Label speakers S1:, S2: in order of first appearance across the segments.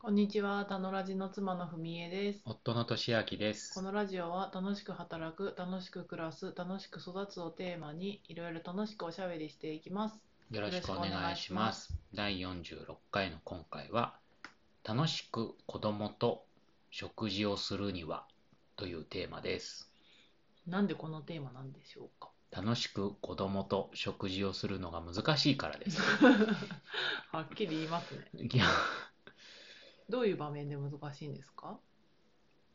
S1: こんにちは、たのラジの妻のふみえです。
S2: 夫の俊明です
S1: こ。のラジオは楽しく働く、楽しく暮らす、楽しく育つをテーマにいろいろ楽しくおしゃべりしていきます。
S2: よろしくお願いします。第46回の今回は、楽しく子供と食事をするにはというテーマです。
S1: なんでこのテーマなんでしょうか
S2: 楽しく子供と食事をするのが難しいからです。
S1: はっきり言いますね。
S2: いや、
S1: どういう場面で難しいんですか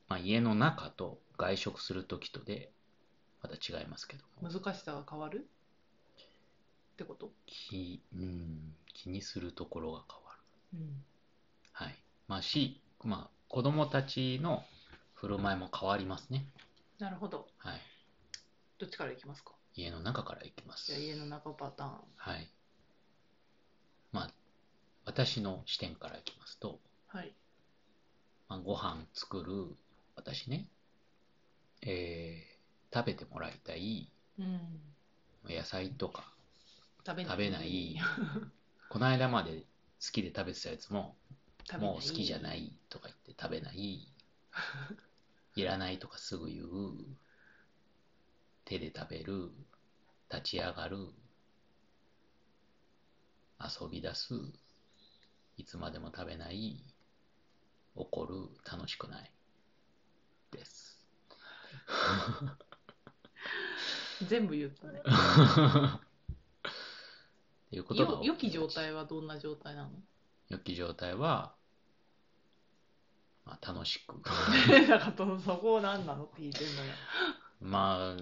S2: まあ、家の中と外食するときとで、また違いますけども、
S1: 難しさが変わるってこと
S2: 気うん気にするところが変わる。
S1: うん。
S2: はい。まあ、し、まあ、子供たちの振る舞いも変わりますね。
S1: なるほど。
S2: はい。
S1: どっちからいきますか
S2: 家の中から行きます。
S1: じゃあ家の中パターン。
S2: はい。まあ、私の視点からいきますと、
S1: はい。
S2: まあ、ご飯作る私ね、えー食べてもらいたい
S1: うん。
S2: 野菜とか、
S1: 食べ
S2: 食 べない、この間まで好きで食べてたやつも、
S1: 食べない
S2: もう好きじゃな。いとか言って食 べない、いらないとかすぐ言う、手で食べる、立ち上がる、遊び出す、いつまでも食べない、怒る、楽しくない、です。
S1: 全部言った ね。
S2: っていうことが
S1: よ良き状
S2: 起きがち
S1: 態はどんな状態なの
S2: 良き状態は、まあ、楽しく。
S1: だからそそこを何なのって聞いてんのよ。
S2: まあ、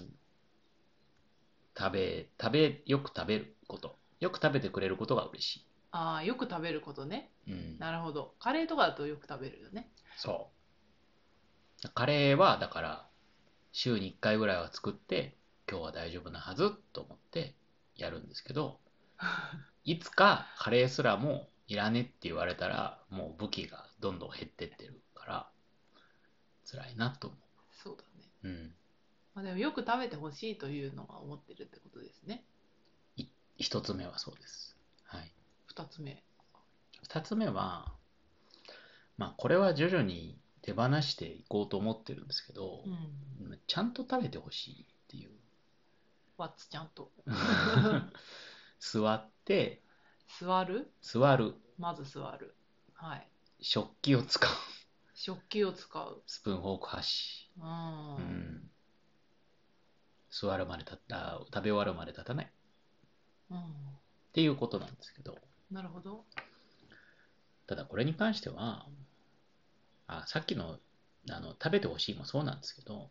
S2: 食べ、食べ、よく食べること。よく食べてくれることが嬉し
S1: ああ、よく食べることね。
S2: い。うん。
S1: なるほど。カレーとかだとよく食べるよね。
S2: そう。カレーは、だから、週に1回ぐらいは作って、今日は大丈夫なはずと思ってやるんですけ ど、いつかカレーすらもいらねって言われたら、もう武器がどんどん減ってってるから、辛いなと思
S1: そうだね。
S2: う。うん。
S1: まあ、でもよく食べてほしいというのが思ってるってことですね。
S2: 一つ目はそうです。はい。
S1: 二つ目。
S2: 2つ目は、まあ、これは徐々に手放していこうと思ってるんですけど
S1: う、ん。
S2: ちゃんと食べてほしいっていう
S1: ワッツちゃんと。
S2: 座って
S1: 座る
S2: 座る
S1: まず座る。はい。
S2: 食器を使う
S1: 食器を使う。
S2: スプーンフォーク箸、
S1: う
S2: うん
S1: ん。
S2: 座るまで立った食べ終わるまで立たないっ
S1: うん。
S2: ていうことなんですけど
S1: なるほど。
S2: ただこれに関してはあさっきのあの食べてほしいもそうなんですけど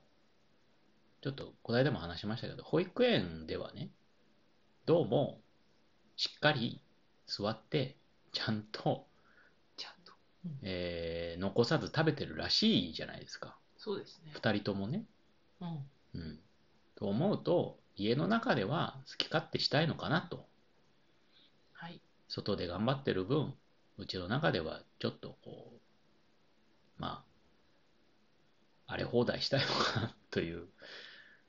S2: ちょっとこの間も話しましたけど保育園ではねどうもしっかり座ってちゃんと、
S1: ちゃんと。
S2: えー残さず食べてるらしいじゃないですか
S1: そうですね。
S2: 2人ともね、
S1: うん。
S2: うん、と思うと家の中では好き勝手したいのかなと
S1: はい。
S2: 外で頑張ってる分、うちの中ではちょっとこう、まあ、荒れ放題したいのかなという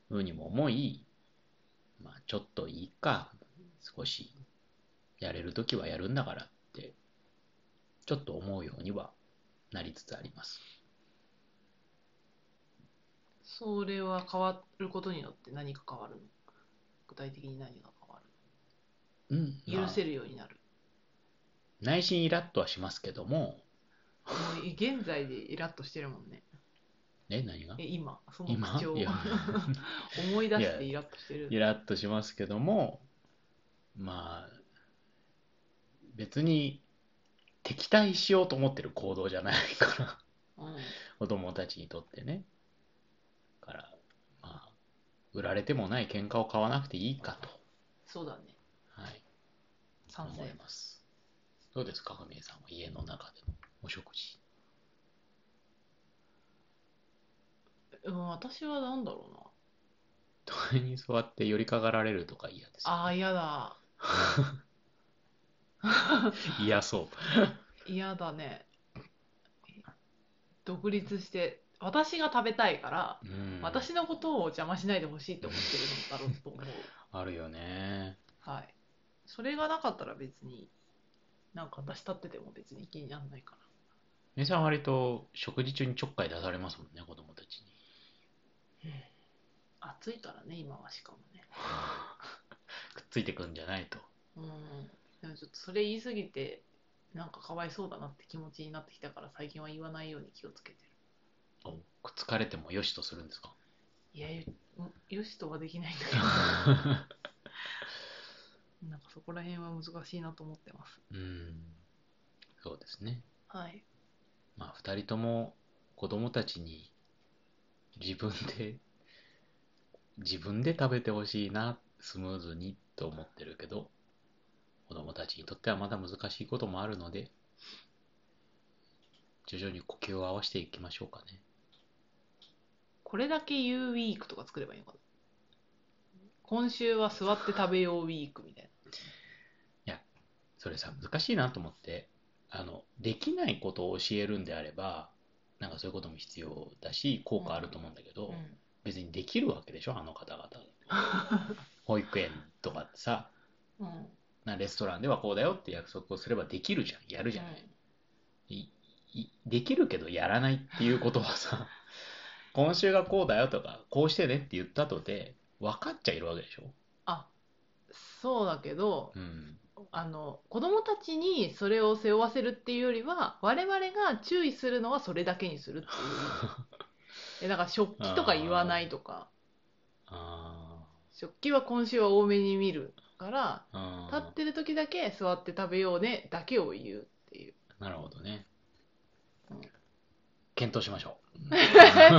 S2: ふうにも思い、まあ、ちょっといいか、少しやれるときはやるんだからって、ちょっと思うようにはなりつつあります。
S1: それは変わることによって何か変わるの具体的に何が変わ
S2: うん、
S1: るの許せ
S2: る。
S1: るようになる。
S2: 内心イラッとはしますけども、
S1: もう現在でイラッとしてるもんね。
S2: え、何が
S1: え今、その
S2: 今
S1: 口調を
S2: いや
S1: 思い出してイラッとしてる。
S2: イラッとしますけどもまあ別に敵対しようと思ってる行動じゃないから
S1: うん、
S2: 子供たちにとってねだからまあ売られてもない喧嘩を買わなくていいかと、
S1: そうだね。
S2: はい、
S1: 賛
S2: 思
S1: 成
S2: い。ますどうですか文江さんは家の中でのお食事
S1: うん、私は何だろうな。
S2: 隣に座って寄りかかられるとか嫌です
S1: ああ、嫌だ。
S2: 嫌そう
S1: 嫌だね。独立して、私が食べたいから、
S2: うん
S1: 私のことを邪魔しないでほしいと思ってるのだろうと思う。
S2: あるよね
S1: はい。それがなかったら別に、なんか私立ってても別に気にならないか
S2: 姉さんは割と食事中にちょっかい出されますもんね、子供たちに。
S1: 暑いからね、今はしかもね。
S2: くっついてくんじゃないと。
S1: うん。でもちょっとそれ言い過ぎて、なんかかわいそうだなって気持ちになってきたから、最近は言わないように気をつけてる。
S2: おくっつかれてもよしとするんですか
S1: いや、よよしとはできないんだけど、なんかそこら辺は難しいなと思ってます。
S2: うん。そうですね。
S1: はい。
S2: まあ、2人とも子供たちに自分で、自分で食べてほしいな、スムーズにと思ってるけど、子供たちにとってはまだ難しいこともあるので、徐々に呼吸を合わせていきましょうかね。
S1: これだけ言うウィークとか作ればいいのかな。今週は座って食べようウィークみたいな。
S2: それさ、難しいなと思って、あの、できないことを教えるんであれば、なんかそういうことも必要だし、効果あると思うんだけど、
S1: うん
S2: 別にできるわけでしょ、あの方々。保育園とかってさ、
S1: うん。
S2: なレストランではこうだよって約束をすればできるじゃん、やるじゃない。いいできるけどやらないっていうことはさ、 今週がこうだよとか、こうしてねって言った後で、分かっちゃいるわけでしょ。
S1: あ、そうだけど、
S2: うん。
S1: あの、子供たちにそれを背負わせるっていうよりは、我々が注意するのはそれだけにするって いう。え、だから食器とか言わないとか、
S2: あ
S1: 食器は今週は多めに見るから、
S2: ーあー。
S1: 立ってる時だけ座って食べようねだけを言う っていう。
S2: なるほどね
S1: うん。
S2: 検討しましょ う。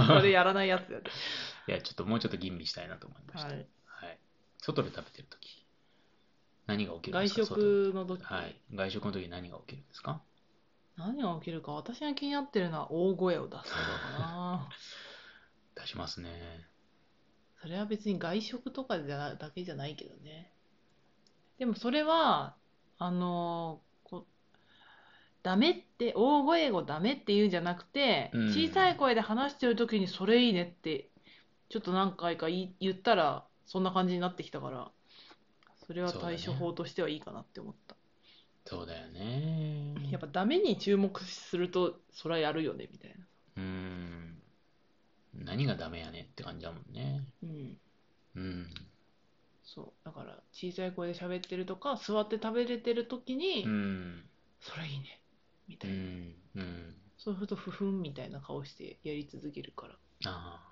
S1: それやらないやつだね。
S2: いや、ちょっともうちょっと吟味したいなと思いました。
S1: はい。
S2: はい外で食べてるとき、何が起きるんで
S1: 外
S2: すか外
S1: 食の時、
S2: はい。外食のとき何が起きるんですか
S1: 何が起きるか私が気になってるのは大声を出すことかな
S2: 出しますね。
S1: それは別に外食とかじゃなだけじゃないけどねでもそれはあのーこダメって大声をダメって言うんじゃなくて、
S2: うん
S1: 小さい声で話してる時にそれいいねってちょっと何回か言い言ったらそんな感じになってきたからそれは対
S2: そうだ
S1: 処
S2: ね
S1: 法としてはいいかなって思った、
S2: そうだよね。
S1: やっぱダメに注目するとそれはやるよねみたいな
S2: うーん。何がダメやねって感じだもんね。
S1: うん
S2: うん。
S1: そうだから小さい声で喋ってるとか座って食べれてる時に、
S2: うん。
S1: それいいねみ
S2: う
S1: たいな、
S2: ん。うん。
S1: そうするとふふんみたいな顔してやり続けるから
S2: ああ。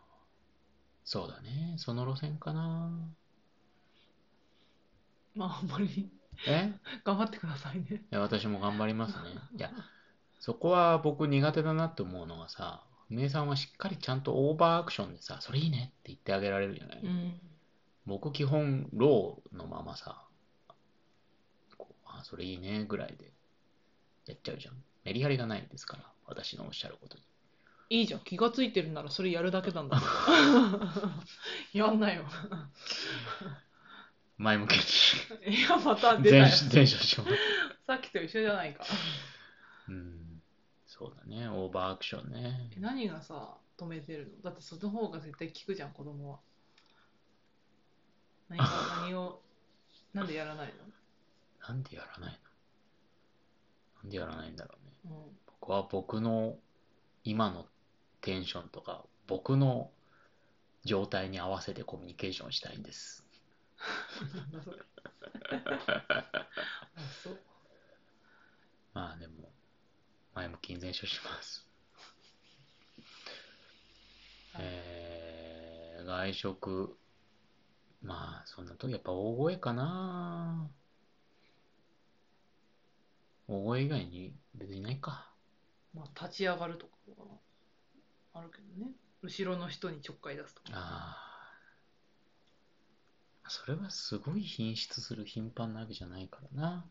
S2: そうだね。その路線かな。
S1: まああんまり
S2: え
S1: 頑張ってくださいね
S2: いや私も頑張りますね。いや、そこは僕苦手だなって思うのがさ、名さんはしっかりちゃんとオーバーアクションでさ、それいいねって言ってあげられるじゃない。
S1: うん
S2: 僕基本、ローのままさ、こうあ、それいいねぐらいでやっちゃうじゃん。メリハリがないですから、私のおっしゃることに。
S1: いいじゃん気がついてるならそれやるだけなんだやんなよ
S2: 前向きに
S1: いやまた 出たよ
S2: 前前処しよう。
S1: さっきと一緒じゃないか
S2: うん、そうだね、オーバーアクションね。
S1: え何がさ止めてるのだってその方が絶対効くじゃん子供は何か何をなんでやらない
S2: なんでやらないのなんでやらないんだろうね。
S1: の、うん
S2: 僕は僕の今のテンションとか僕の状態に合わせてコミュニケーションしたいんです
S1: なんだそれ。あ、そう。
S2: まあでも前向きに前処します、
S1: はい
S2: えー外食まあそんなとやっぱ大声かな大声以外に別にないか
S1: まあ、立ち上がるとかはあるけどね。後ろの人にちょっかい出すとか。
S2: ああそれはすごい品質する頻繁なわけじゃないからな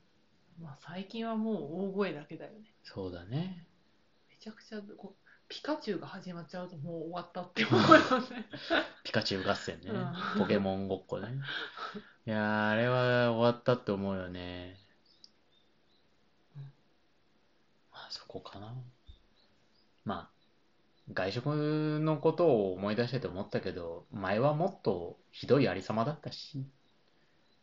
S1: まあ、最近はもう大声だけだよね。
S2: そうだね。
S1: めちゃくちゃこう、ピカチュウが始まっちゃうともう終わったって思うよね。
S2: ピカチュウ合戦 ね
S1: う。ん
S2: ポケモンごっこね。いやー、あれは終わったって思うよね
S1: うん。
S2: まあ、そこかな。まあ、外食のことを思い出してて思ったけど、前はもっとひどいありさまだったし。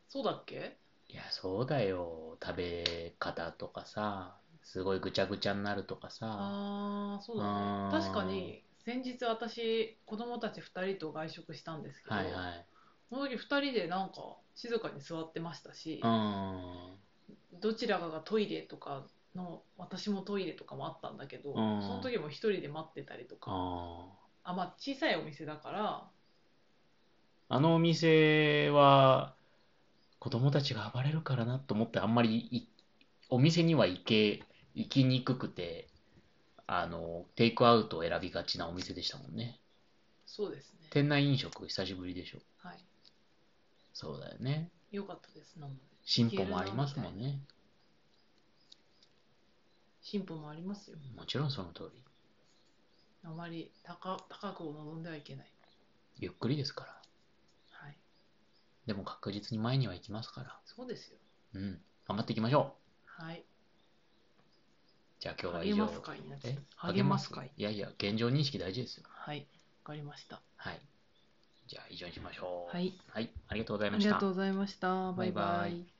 S1: そうだっけ
S2: いや、そうだよ。食べ方とかさ、すごいぐちゃぐちゃになるとかさ、
S1: ああ、そうだ
S2: あ
S1: ね。
S2: ー
S1: 確かに、先日私、子供たち2人と外食したんですけど、
S2: はいはい。
S1: その時2人でなんか静かに座ってましたし
S2: う、ん。
S1: どちらかがトイレとかの、私もトイレとかもあったんだけど、そ
S2: うん
S1: の時も1人で待ってたりとか、
S2: あ
S1: あ、まあ小さいお店だから、
S2: ーあのお店は子供たちが暴れるからなと思ってあんまりいお店には行け行きにくくてあのテイクアウトを選びがちなお店でしたもんね
S1: そうですね。
S2: 店内飲食久しぶりでしょ
S1: はい。
S2: そうだよね
S1: よかったです。なので、
S2: 進歩もありますもんね
S1: 進歩もありますよ。
S2: もちろんその通り
S1: あまり高高くを望んではいけない。
S2: ゆっくりですから
S1: はい。
S2: でも確実に前には行きますから
S1: そうですよ。
S2: うん頑張っていきましょう
S1: はい。
S2: じゃあ今日は以
S1: 励
S2: 上
S1: ます会になっちゃ
S2: え
S1: う。励ます会。
S2: いやいや現状認識大事ですよ
S1: はい。わかりました。
S2: はい。じゃあ、以上にしましょう。
S1: はい。
S2: はい。ありがとうござい
S1: あ
S2: まし
S1: り
S2: た。
S1: がとうございました。バイバ
S2: バイバ
S1: イ